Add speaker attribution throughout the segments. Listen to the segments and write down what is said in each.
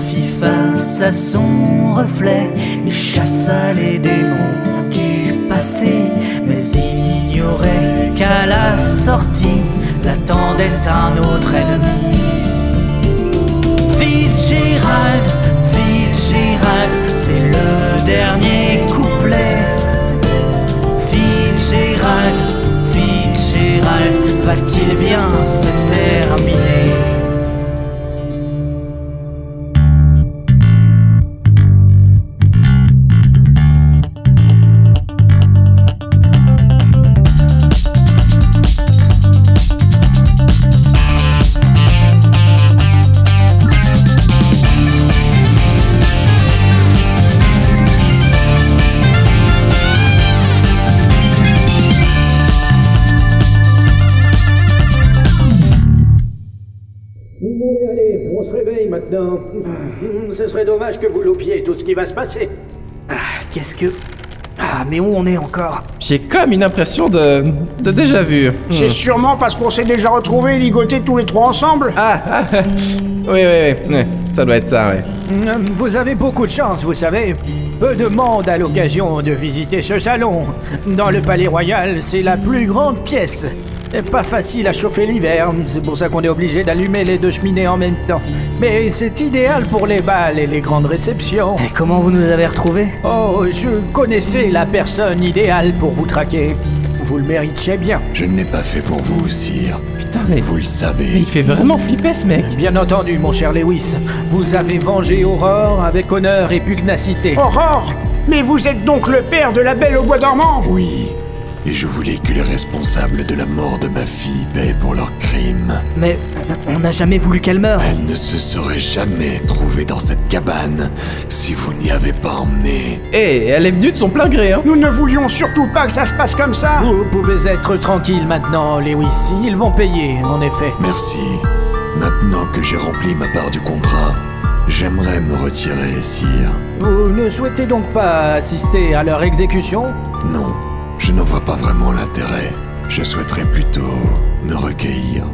Speaker 1: fit face à son reflet et chassa les démons du passé, mais ignorait qu'à la sortie l'attendait un autre ennemi. Fitzgerald, Fitzgerald, c'est le dernier couplet. Fitzgerald, Fitzgerald, va-t-il bien se terminer?
Speaker 2: Allez, allez, on se réveille maintenant. Hmm, Ce serait dommage que vous loupiez tout ce qui va se passer.
Speaker 1: Ah, Qu'est-ce que. Ah, mais où on est encore
Speaker 3: J'ai comme une impression de, de déjà vu.
Speaker 4: C'est sûrement parce qu'on s'est déjà retrouvés ligotés tous les trois ensemble.
Speaker 3: Ah, ah,
Speaker 4: Hmm.
Speaker 3: oui, oui, oui, ouais, ça doit être ça, ouais.
Speaker 5: Hum, Vous avez beaucoup de chance, vous savez. Peu de monde a l'occasion de visiter ce salon. Dans le palais royal, c'est la plus grande pièce. Et Pas facile à chauffer l'hiver, c'est pour ça qu'on est obligé d'allumer les deux cheminées en même temps. Mais c'est idéal pour les balles et les grandes réceptions.
Speaker 1: Et comment vous nous avez retrouvés
Speaker 5: Oh, je connaissais la personne idéale pour vous traquer. Vous le méritiez bien.
Speaker 6: Je ne l'ai pas fait pour vous, sire.
Speaker 3: Putain, mais,
Speaker 6: Vous le
Speaker 3: mais
Speaker 6: savez.
Speaker 3: il fait vraiment flipper ce mec.
Speaker 5: Bien entendu, mon cher Lewis, vous avez vengé Aurore avec honneur et pugnacité.
Speaker 1: Oh.
Speaker 4: Aurore Mais vous êtes donc le père de la belle au bois dormant
Speaker 6: Oui. Et je voulais que les responsables de la mort de ma fille paient pour leurs crimes.
Speaker 1: Mais on n'a jamais voulu qu'elle meure.
Speaker 6: Elle ne se serait jamais trouvée dans cette cabane si vous n'y avez pas emmené.
Speaker 3: Eh, elle est venue de son plein gré, hein.
Speaker 4: Nous ne voulions surtout pas que ça se passe comme ça
Speaker 5: Vous pouvez être tranquille maintenant, Lewis. Ils vont payer, en effet.
Speaker 6: Merci. Maintenant que j'ai rempli ma part du contrat, j'aimerais me retirer, sire.
Speaker 5: Vous ne souhaitez donc pas assister à leur exécution
Speaker 6: Non, je n'en vois pas vraiment l'intérêt. Je souhaiterais plutôt me recueillir.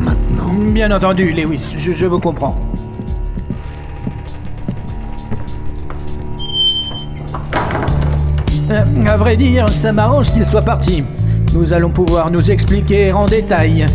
Speaker 6: Maintenant.
Speaker 5: Bien entendu, Lewis, je, je vous comprends. Euh, à vrai dire, ça m'arrange qu'il soit parti. Nous allons pouvoir nous expliquer en détail.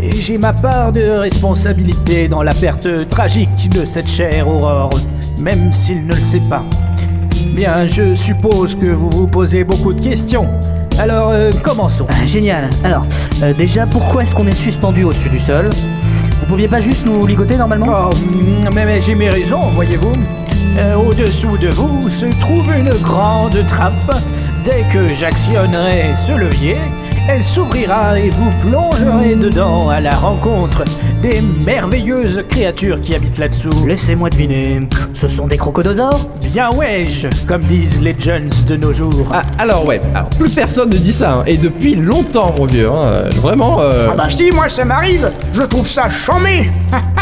Speaker 5: Et j'ai ma part de responsabilité dans la perte tragique de cette chère Aurore, même s'il ne le sait pas. Bien, je suppose que vous vous posez beaucoup de questions. Alors, euh, commençons.
Speaker 1: Ah, Génial. Alors, euh, déjà, pourquoi est-ce qu'on est suspendu au-dessus du sol Vous pouviez pas juste nous ligoter normalement
Speaker 5: Oh, mais, mais j'ai mes raisons, voyez-vous. Euh, Au-dessous de vous se trouve une grande trappe. Dès que j'actionnerai ce levier, elle s'ouvrira et vous plongerez dedans à la rencontre des merveilleuses créatures qui habitent là-dessous.
Speaker 1: Laissez-moi deviner. Ce sont des crocodosores
Speaker 5: Bien wesh, comme disent les jeunes de nos jours.
Speaker 3: Ah, alors ouais, alors plus personne ne dit ça, hein. et depuis longtemps, mon vieux, hein. Euh, vraiment. euh,
Speaker 4: Ah bah si, moi ça m'arrive Je trouve ça chômé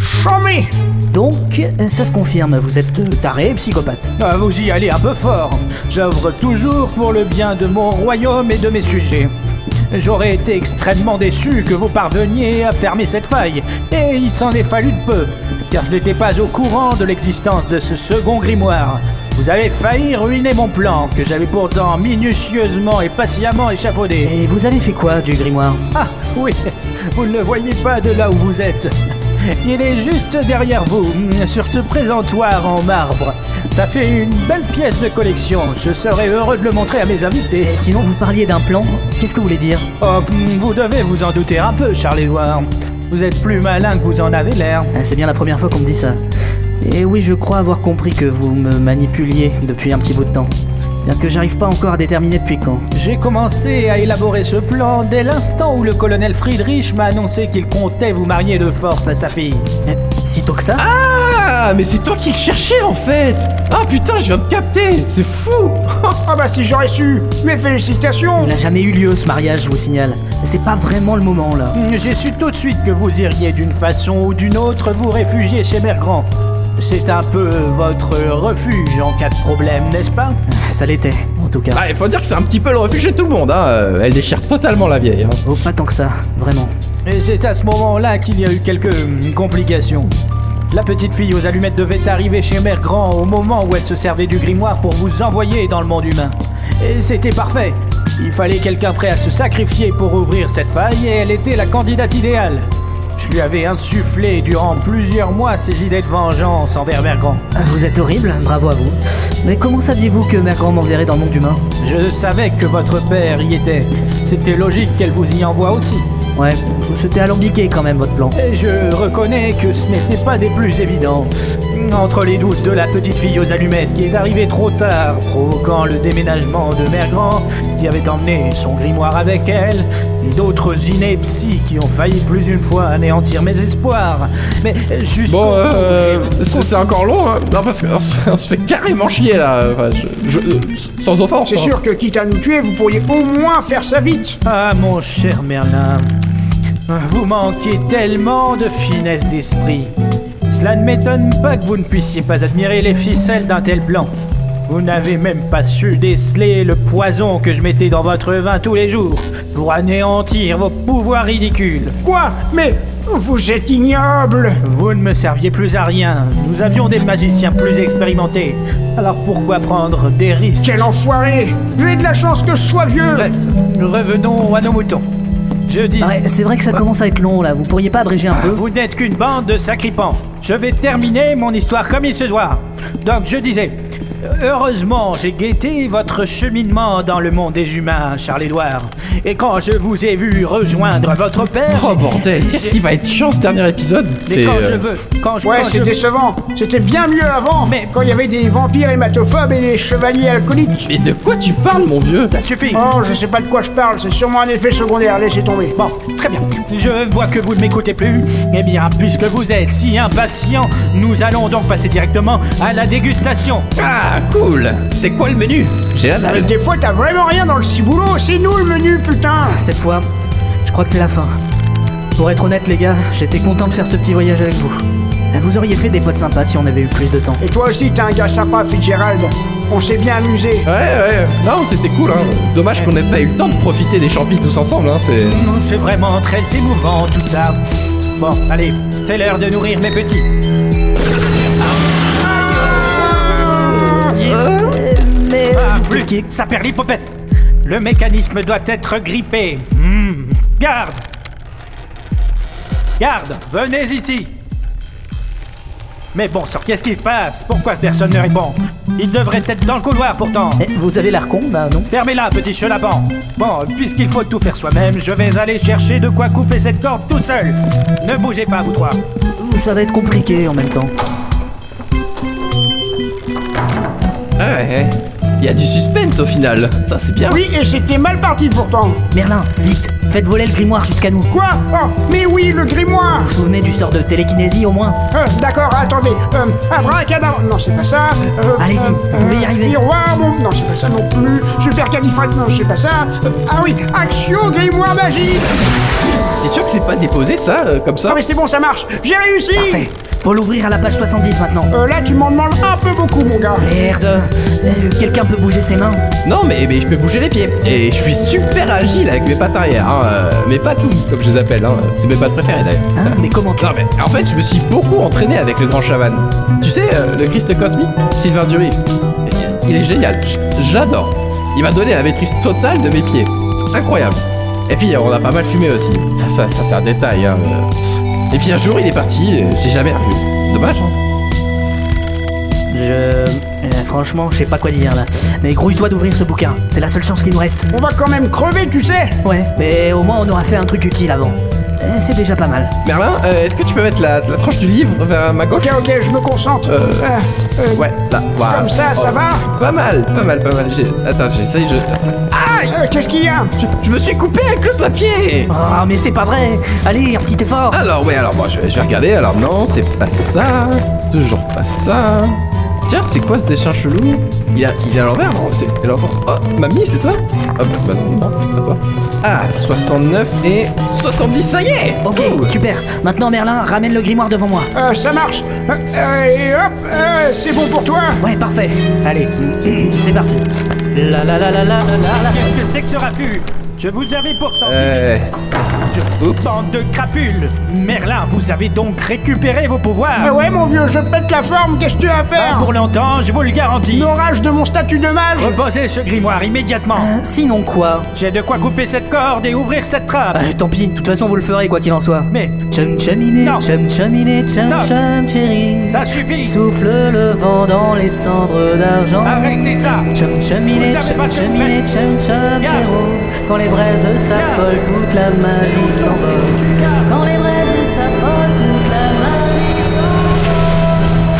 Speaker 4: Chômé
Speaker 1: Donc, euh, ça se confirme, vous êtes euh, tarés et psychopathes.
Speaker 5: Ah, vous y allez un peu fort. J'œuvre toujours pour le bien de mon royaume et de mes sujets. J'aurais été extrêmement déçu que vous parveniez à fermer cette faille, et il s'en est fallu de peu, car je n'étais pas au courant de l'existence de ce second grimoire. Vous avez failli ruiner mon plan, que j'avais pourtant minutieusement et patiemment échafaudé.
Speaker 1: Et vous avez fait quoi du grimoire
Speaker 5: Ah oui, vous ne le voyez pas de là où vous êtes. Il est juste derrière vous, sur ce présentoir en marbre. Ça fait une belle pièce de collection. Je serais heureux de le montrer à mes invités.
Speaker 1: Et sinon, vous parliez d'un plan Qu'est-ce que vous voulez dire
Speaker 5: Oh, vous devez vous en douter un peu, Charles Edouard. Vous êtes plus malin que vous en avez l'air.
Speaker 1: Ah, C'est bien la première fois qu'on me dit ça. Et oui, je crois avoir compris que vous me manipuliez depuis un petit bout de temps. Bien que j'arrive pas encore à déterminer depuis quand.
Speaker 5: J'ai commencé à élaborer ce plan dès l'instant où le colonel Friedrich m'a annoncé qu'il comptait vous marier de force à sa fille.
Speaker 1: Eh, Sitôt que ça
Speaker 3: Ah, mais c'est toi qui le cherchais en fait Ah putain, je viens de capter, c'est fou
Speaker 4: Ah bah si j'aurais su Mes félicitations
Speaker 1: Il n'a jamais eu lieu ce mariage, je vous signale. C'est pas vraiment le moment là.
Speaker 5: J'ai su tout de suite que vous iriez d'une façon ou d'une autre vous réfugier chez Mergrand. C'est un peu votre refuge en cas de problème, n'est-ce pas
Speaker 1: Ça l'était, en tout cas.
Speaker 3: Ah, il faut dire que c'est un petit peu le refuge de tout le monde, hein. euh, Elle déchire totalement la vieille, hein.
Speaker 1: Oh, pas tant que ça, vraiment.
Speaker 5: Et c'est à ce moment-là qu'il y a eu quelques hum, complications. La petite fille aux allumettes devait arriver chez Mère Grand au moment où elle se servait du grimoire pour vous envoyer dans le monde humain. Et c'était parfait. Il fallait quelqu'un prêt à se sacrifier pour ouvrir cette faille et elle était la candidate idéale. Je lui avais insufflé durant plusieurs mois ses idées de vengeance envers Mère Grand.
Speaker 1: Vous êtes horrible, bravo à vous. Mais comment saviez-vous que Mercant m'enverrait dans le monde humain
Speaker 5: Je savais que votre père y était. C'était logique qu'elle vous y envoie aussi.
Speaker 1: Ouais, c'était alambiqué quand même votre plan.
Speaker 5: Et je reconnais que ce n'était pas des plus évidents. Entre les doutes de la petite fille aux allumettes qui est arrivée trop tard, provoquant le déménagement de Mère Grand, qui avait emmené son grimoire avec elle, et d'autres inepties qui ont failli plus d'une fois anéantir mes espoirs. Mais jusqu'au...
Speaker 3: Bon, euh, c'est c'est encore long, hein. Non, parce qu'on se, on se fait carrément chier là. Enfin, je- je- euh, sans offense.
Speaker 4: C'est
Speaker 3: hein.
Speaker 4: sûr que quitte à nous tuer, vous pourriez au moins faire ça vite.
Speaker 5: Ah mon cher Merlin, vous manquez tellement de finesse d'esprit. Cela ne m'étonne pas que vous ne puissiez pas admirer les ficelles d'un tel plan. Vous n'avez même pas su déceler le poison que je mettais dans votre vin tous les jours pour anéantir vos pouvoirs ridicules.
Speaker 4: Quoi Mais vous êtes ignoble
Speaker 5: Vous ne me serviez plus à rien. Nous avions des magiciens plus expérimentés. Alors pourquoi prendre des risques
Speaker 4: Quel enfoiré J'ai de la chance que je sois vieux
Speaker 5: Bref, revenons à nos moutons. Je dis...
Speaker 1: Ouais, c'est vrai que ça commence à être long là, vous pourriez pas abréger un peu
Speaker 5: Ah, Vous n'êtes qu'une bande de sacripants. Je vais terminer mon histoire comme il se doit. Donc je disais, heureusement j'ai guetté votre cheminement dans le monde des humains, Charles-Édouard. Et quand je vous ai vu rejoindre votre père...
Speaker 3: Oh bordel, qu'est-ce qui va être chiant ce dernier épisode
Speaker 5: Mais quand
Speaker 3: euh,
Speaker 5: je veux, quand je
Speaker 4: Ouais,
Speaker 5: quand
Speaker 4: c'est
Speaker 5: je-
Speaker 4: décevant. C'était bien mieux avant,
Speaker 5: Mais-
Speaker 4: quand il y avait des vampires hématophobes et des chevaliers alcooliques.
Speaker 3: Mais de quoi tu parles, mon vieux
Speaker 5: Ça suffit.
Speaker 4: Oh, je sais pas de quoi je parle, c'est sûrement un effet secondaire, laissez tomber.
Speaker 5: Bon, très bien. Je vois que vous ne m'écoutez plus. Eh bien, puisque vous êtes si impatient, nous allons donc passer directement à la dégustation.
Speaker 3: Ah, cool C'est quoi le menu J'ai la
Speaker 4: Mais
Speaker 3: dalle.
Speaker 4: des fois, t'as vraiment rien dans le ciboulot, c'est nous le menu, putain
Speaker 1: Cette fois, je crois que c'est la fin. Pour être honnête les gars, j'étais content de faire ce petit voyage avec vous. Vous auriez fait des potes sympas si on avait eu plus de temps.
Speaker 4: Et toi aussi, t'es un gars sympa, Fitzgerald. On s'est bien amusé.
Speaker 3: Ouais, ouais, non, c'était cool, hein. Dommage qu'on n'ait pas eu le temps de profiter des champis tous ensemble, hein. C'est.
Speaker 5: Non, C'est vraiment très émouvant tout ça. Bon, allez, c'est l'heure de nourrir mes petits.
Speaker 1: Mais...
Speaker 5: Ah,
Speaker 1: Qu'est-ce qui
Speaker 5: flûte, Ah, ça perd l'hypopète. Le mécanisme doit être grippé. Hmm, Garde Garde, venez ici Mais bon sang, qu'est-ce qui se passe Pourquoi personne ne répond Il devrait être dans le couloir pourtant
Speaker 1: Eh, Vous avez l'air con là, non
Speaker 5: Fermez-la, petit chenapan Bon, puisqu'il faut tout faire soi-même, je vais aller chercher de quoi couper cette corde tout seul Ne bougez pas, vous trois
Speaker 1: Ça va être compliqué en même temps.
Speaker 3: Ah, ouais, ouais. Il y a du suspense au final. Ça, c'est bien.
Speaker 4: Oui, et c'était mal parti pourtant.
Speaker 1: Merlin, vite, faites voler le grimoire jusqu'à nous.
Speaker 4: Quoi Oh, mais oui, le grimoire
Speaker 1: Vous vous souvenez du sort de télékinésie au moins
Speaker 4: Euh, D'accord, attendez. Euh, abracadabra. Non, c'est pas ça. Euh,
Speaker 1: Allez-y,
Speaker 4: euh,
Speaker 1: vous pouvez y arriver.
Speaker 4: Miroir, bon. Non, c'est pas ça non plus. Supercalifrat, non, c'est pas ça. Euh, ah oui, Action Grimoire Magie.
Speaker 3: T'es sûr que c'est pas déposé, ça, euh, comme ça
Speaker 4: Ah, mais c'est bon, ça marche. J'ai réussi.
Speaker 1: Parfait. Faut l'ouvrir à la page 70 maintenant.
Speaker 4: Euh, là, tu m'en demandes un peu beaucoup, mon gars.
Speaker 1: Merde. Euh, Quelqu'un peut bouger ses mains
Speaker 3: Non, mais, mais je peux bouger les pieds. Et je suis super agile avec mes pattes arrière. Hein. euh, Mes patous, comme je les appelle. Hein. C'est mes pattes préférées, d'ailleurs.
Speaker 1: Hein Mais comment tu...
Speaker 3: Non, mais en fait, je me suis beaucoup entraîné avec le grand chaman. Tu sais, euh, le Christ cosmique, Sylvain Dury. Il est génial. j- J'adore. Il m'a donné la maîtrise totale de mes pieds. Incroyable. Et puis, on a pas mal fumé aussi. Ça, ça, ça, c'est un détail. Hein. euh. Et puis, un jour, il est parti. euh, J'ai jamais revu. Dommage, hein.
Speaker 1: Je... euh, franchement, je sais pas quoi dire là. Mais grouille-toi d'ouvrir ce bouquin. C'est la seule chance qui nous reste.
Speaker 4: On va quand même crever, tu sais.
Speaker 1: Ouais, mais au moins on aura fait un truc utile avant. Eh, C'est déjà pas mal.
Speaker 3: Merlin, euh, est-ce que tu peux mettre la, la tranche du livre vers ma gauche
Speaker 4: Ok, ok, je me concentre.
Speaker 3: Euh,
Speaker 4: euh,
Speaker 3: Ouais, là, voilà.
Speaker 4: Comme ça, ça va
Speaker 3: Pas mal, pas mal, pas mal. J'ai- Attends, j'essaye, je... Aïe
Speaker 4: euh, Qu'est-ce qu'il y a
Speaker 3: je... je me suis coupé avec le papier
Speaker 1: Oh, mais c'est pas vrai Allez, un petit effort
Speaker 3: Alors, ouais, alors moi, je, je vais regarder. Alors, non, c'est pas ça. Toujours pas ça. Tiens, c'est quoi ce dessin chelou Il a, il est à l'envers, non C'est à l'envers. Oh, mamie, c'est toi Hop, bah non, non, pas toi. Ah, 69 et 70, ça y est
Speaker 1: Ok,
Speaker 3: Ouh.
Speaker 1: super. Maintenant, Merlin, ramène le grimoire devant moi.
Speaker 4: euh, Ça marche. Euh, euh, et hop, euh, c'est bon pour toi.
Speaker 1: Ouais, parfait. Allez, c'est parti. La la la la la la la.
Speaker 4: Ah.
Speaker 5: Qu'est-ce que c'est que ce raffut Je vous avais pourtant
Speaker 3: Euh...
Speaker 5: dit,
Speaker 3: oups.
Speaker 5: bande de crapules Merlin, vous avez donc récupéré vos pouvoirs
Speaker 4: Ah ouais, mon vieux, je pète la forme, qu'est-ce que tu as à
Speaker 5: Pas
Speaker 3: Ah,
Speaker 4: faire
Speaker 5: pour longtemps, je vous le garantis
Speaker 4: L'orage de mon statut de mage
Speaker 5: Reposez ce grimoire immédiatement
Speaker 4: Ah.
Speaker 1: Sinon quoi
Speaker 5: J'ai de quoi couper cette corde et ouvrir cette trappe
Speaker 1: Euh, Tant pis, de toute façon vous le ferez quoi qu'il en soit.
Speaker 5: Mais
Speaker 1: Chum chaminé,
Speaker 5: Non.
Speaker 1: chum chaminé, chum
Speaker 5: Stop.
Speaker 1: chum chéri.
Speaker 5: ça suffit
Speaker 1: Souffle le vent dans les cendres d'argent.
Speaker 5: Arrêtez ça
Speaker 1: Chum chaminé,
Speaker 5: Vous avez pas
Speaker 1: chum
Speaker 5: de
Speaker 1: chaminé, chum chum
Speaker 5: Garde.
Speaker 1: chéro. Quand les braises s'affolent, toute la magie s'envole. Quand les braises s'affolent, toute la magie s'envole.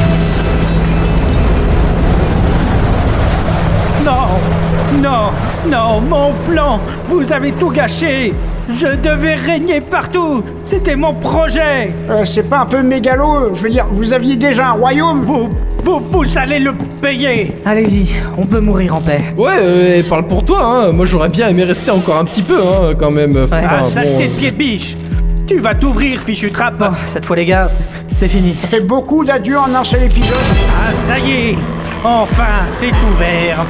Speaker 5: Non Non Non Mon plan Vous avez tout gâché Je devais régner partout C'était mon projet
Speaker 4: Euh, C'est pas un peu mégalo, euh, je veux dire, vous aviez déjà un royaume
Speaker 3: Oh.
Speaker 5: Vous, vous, vous allez le payer
Speaker 1: Allez-y, on peut mourir en paix.
Speaker 3: Ouais, euh, et parle pour toi, hein. Moi, j'aurais bien aimé rester encore un petit peu, hein, quand même. Enfin,
Speaker 5: Ah,
Speaker 3: bon,
Speaker 5: saleté de pied de biche Tu vas t'ouvrir, fichu trappe
Speaker 1: Bon, cette fois les gars, c'est fini.
Speaker 4: Ça fait beaucoup d'adieux en un seul épisode.
Speaker 5: Ah, ça y est Enfin, c'est ouvert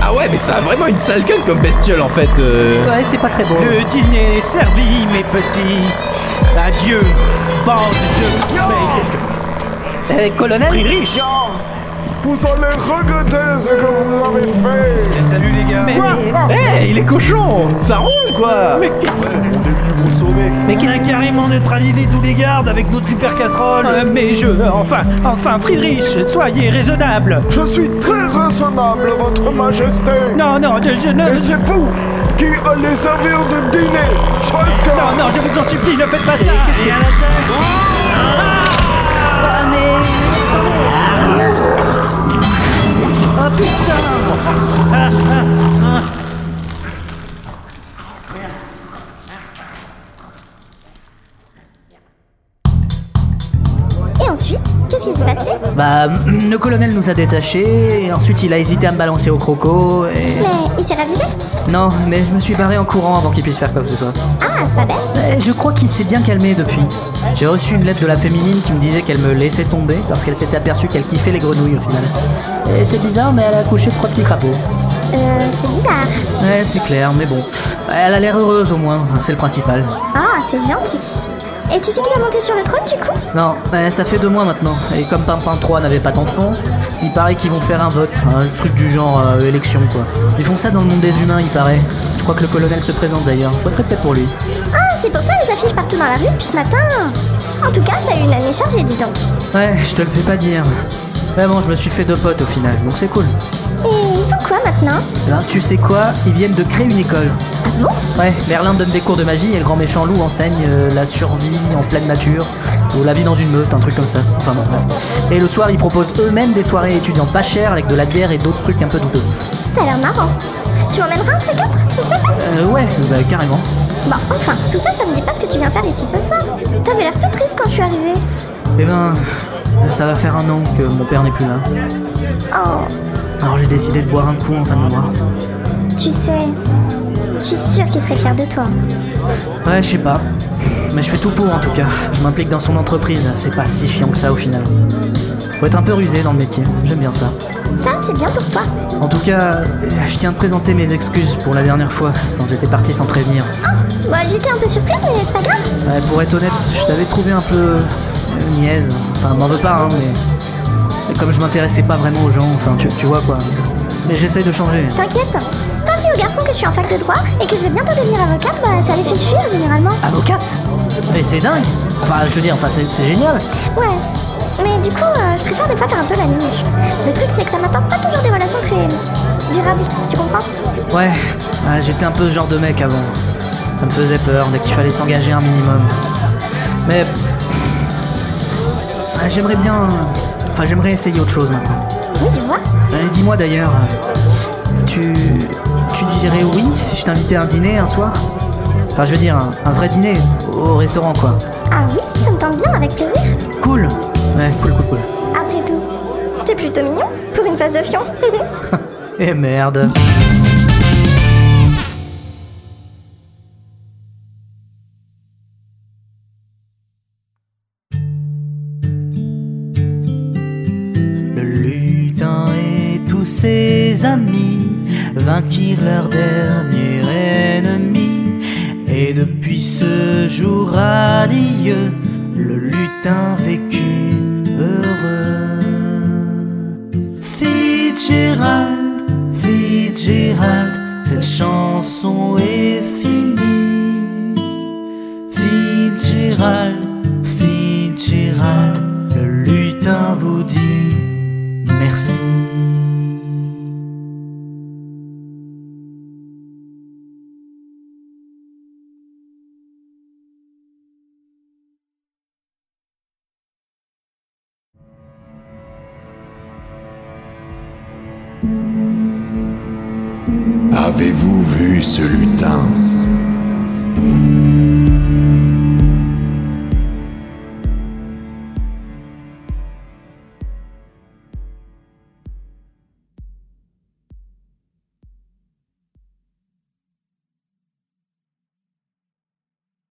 Speaker 3: Ah ouais, mais ça a vraiment une sale gueule comme bestiole, en fait. euh.
Speaker 1: Ouais, c'est pas très beau.
Speaker 5: Le dîner est servi, mes petits Adieu, bande de... Mais qu'est-ce que...
Speaker 1: Eh, colonel
Speaker 5: Prix riche
Speaker 7: Vous allez regretter ce que vous avez fait
Speaker 5: Salut les gars
Speaker 4: Oh,
Speaker 1: Mais, mais-
Speaker 3: Eh, il est cochon Ça roule, quoi
Speaker 5: mais qu'est-ce que...
Speaker 7: Vous sauvez
Speaker 1: mais qu'est-ce que...
Speaker 8: carrément neutralisé tous les gardes avec notre super casserole.
Speaker 5: Euh, mais je... Enfin, enfin, Friedrich, soyez raisonnable
Speaker 7: Je suis très raisonnable, votre majesté
Speaker 5: Non, non, je, je ne...
Speaker 7: Et c'est vous qui allez servir de dîner Jusque
Speaker 5: Non, non, je vous en supplie, ne faites pas ça
Speaker 1: Ah, mais... Oh putain
Speaker 9: Et ensuite, qu'est-ce qui s'est passé
Speaker 1: Bah, le colonel nous a détachés, et ensuite il a hésité à me balancer au croco, et...
Speaker 9: Mais il s'est ravisé
Speaker 1: Non, mais je me suis barré en courant avant qu'il puisse faire quoi que ce soit.
Speaker 9: Ah, c'est pas bête.
Speaker 1: Et Eh, je crois qu'il s'est bien calmé depuis. J'ai reçu une lettre de la féminine qui me disait qu'elle me laissait tomber lorsqu'elle s'était aperçue qu'elle kiffait les grenouilles au final. Et c'est bizarre, mais elle a accouché de trois petits crapauds.
Speaker 9: Euh, c'est bizarre.
Speaker 1: Ouais, c'est clair, mais bon. Elle a l'air heureuse au moins, c'est le principal.
Speaker 9: Ah, c'est gentil. Et tu sais qui l'a monté sur le trône du coup
Speaker 1: Non, euh, ça fait deux mois maintenant, et comme Pimpin 3 n'avait pas d'enfant, il paraît qu'ils vont faire un vote, un truc du genre euh, élection quoi. Ils font ça dans le monde des humains, il paraît. Je crois que le colonel se présente d'ailleurs, je voterai peut-être pour lui.
Speaker 9: Ah, c'est pour ça les affiches partout dans la rue depuis ce matin. En tout cas, t'as eu une année chargée, dis donc.
Speaker 1: Ouais, je te le fais pas dire. Mais bon, je me suis fait deux potes au final, donc c'est cool.
Speaker 9: Et ils font quoi maintenant
Speaker 1: Là, Hein, tu sais quoi Ils viennent de créer une école.
Speaker 9: Ah bon
Speaker 1: Ouais, Merlin donne des cours de magie et le grand méchant loup enseigne euh, la survie en pleine nature ou la vie dans une meute, un truc comme ça. Enfin bon, bref. Et le soir, ils proposent eux-mêmes des soirées étudiants pas chères avec de la bière et d'autres trucs un peu douteux.
Speaker 9: Ça a l'air marrant. Tu m'emmèneras un de ces quatre
Speaker 1: Euh, ouais, bah carrément.
Speaker 9: Bon, enfin, tout ça, ça me dit pas ce que tu viens faire ici ce soir. T'avais l'air tout triste quand je suis arrivée.
Speaker 1: Eh ben, euh, ça va faire un an que mon père n'est plus là.
Speaker 9: Oh,
Speaker 1: Alors j'ai décidé de boire un coup en sa mémoire.
Speaker 9: tu sais, je suis sûre qu'il serait fier de toi.
Speaker 1: Ouais, je sais pas. Mais je fais tout pour en tout cas. Je m'implique dans son entreprise, c'est pas si chiant que ça au final. Faut être un peu rusé dans le métier, j'aime bien ça.
Speaker 9: Ça, c'est bien pour toi.
Speaker 1: En tout cas, euh, je tiens à te présenter mes excuses pour la dernière fois, quand j'étais parti sans prévenir.
Speaker 9: Ah, bah, j'étais un peu surprise, mais c'est pas grave.
Speaker 1: Ouais, pour être honnête, je t'avais trouvé un peu euh, niaise. Enfin, m'en veux pas, hein, mais comme je m'intéressais pas vraiment aux gens, enfin, tu, tu vois quoi. Mais j'essaye de changer.
Speaker 9: T'inquiète. Quand je dis aux garçons que je suis en fac de droit et que je vais bientôt devenir avocate, bah ça les fait fuir généralement.
Speaker 1: Avocate Mais c'est dingue Enfin, je veux dire, enfin, c'est c'est génial
Speaker 9: Ouais. Mais du coup, euh, je préfère des fois faire un peu la niche. Le truc, c'est que ça m'apporte pas toujours des relations très durables. Tu comprends
Speaker 1: Ouais, ouais, j'étais un peu ce genre de mec avant. Ça me faisait peur dès qu'il fallait s'engager un minimum. Mais. ouais, j'aimerais bien. Enfin, j'aimerais essayer autre chose maintenant.
Speaker 9: Oui, je vois.
Speaker 1: Euh, Dis-moi d'ailleurs, euh, tu. Tu dirais oui si je t'invitais à un dîner un soir Enfin, je veux dire, un, un vrai dîner, au au restaurant quoi.
Speaker 9: Ah oui, ça me tente bien, avec plaisir.
Speaker 1: Cool Ouais, cool, cool, cool.
Speaker 9: Après tout, t'es plutôt mignon pour une phase de fion.
Speaker 1: Eh merde Le lutin et tous ses amis vainquirent leur dernier ennemi. Et depuis ce jour radieux, le lutin vécut heureux. Fitzgerald, Fitzgerald, cette chanson est finie. Fitzgerald, Fitzgerald, le lutin vous dit merci.
Speaker 6: Avez-vous vu ce lutin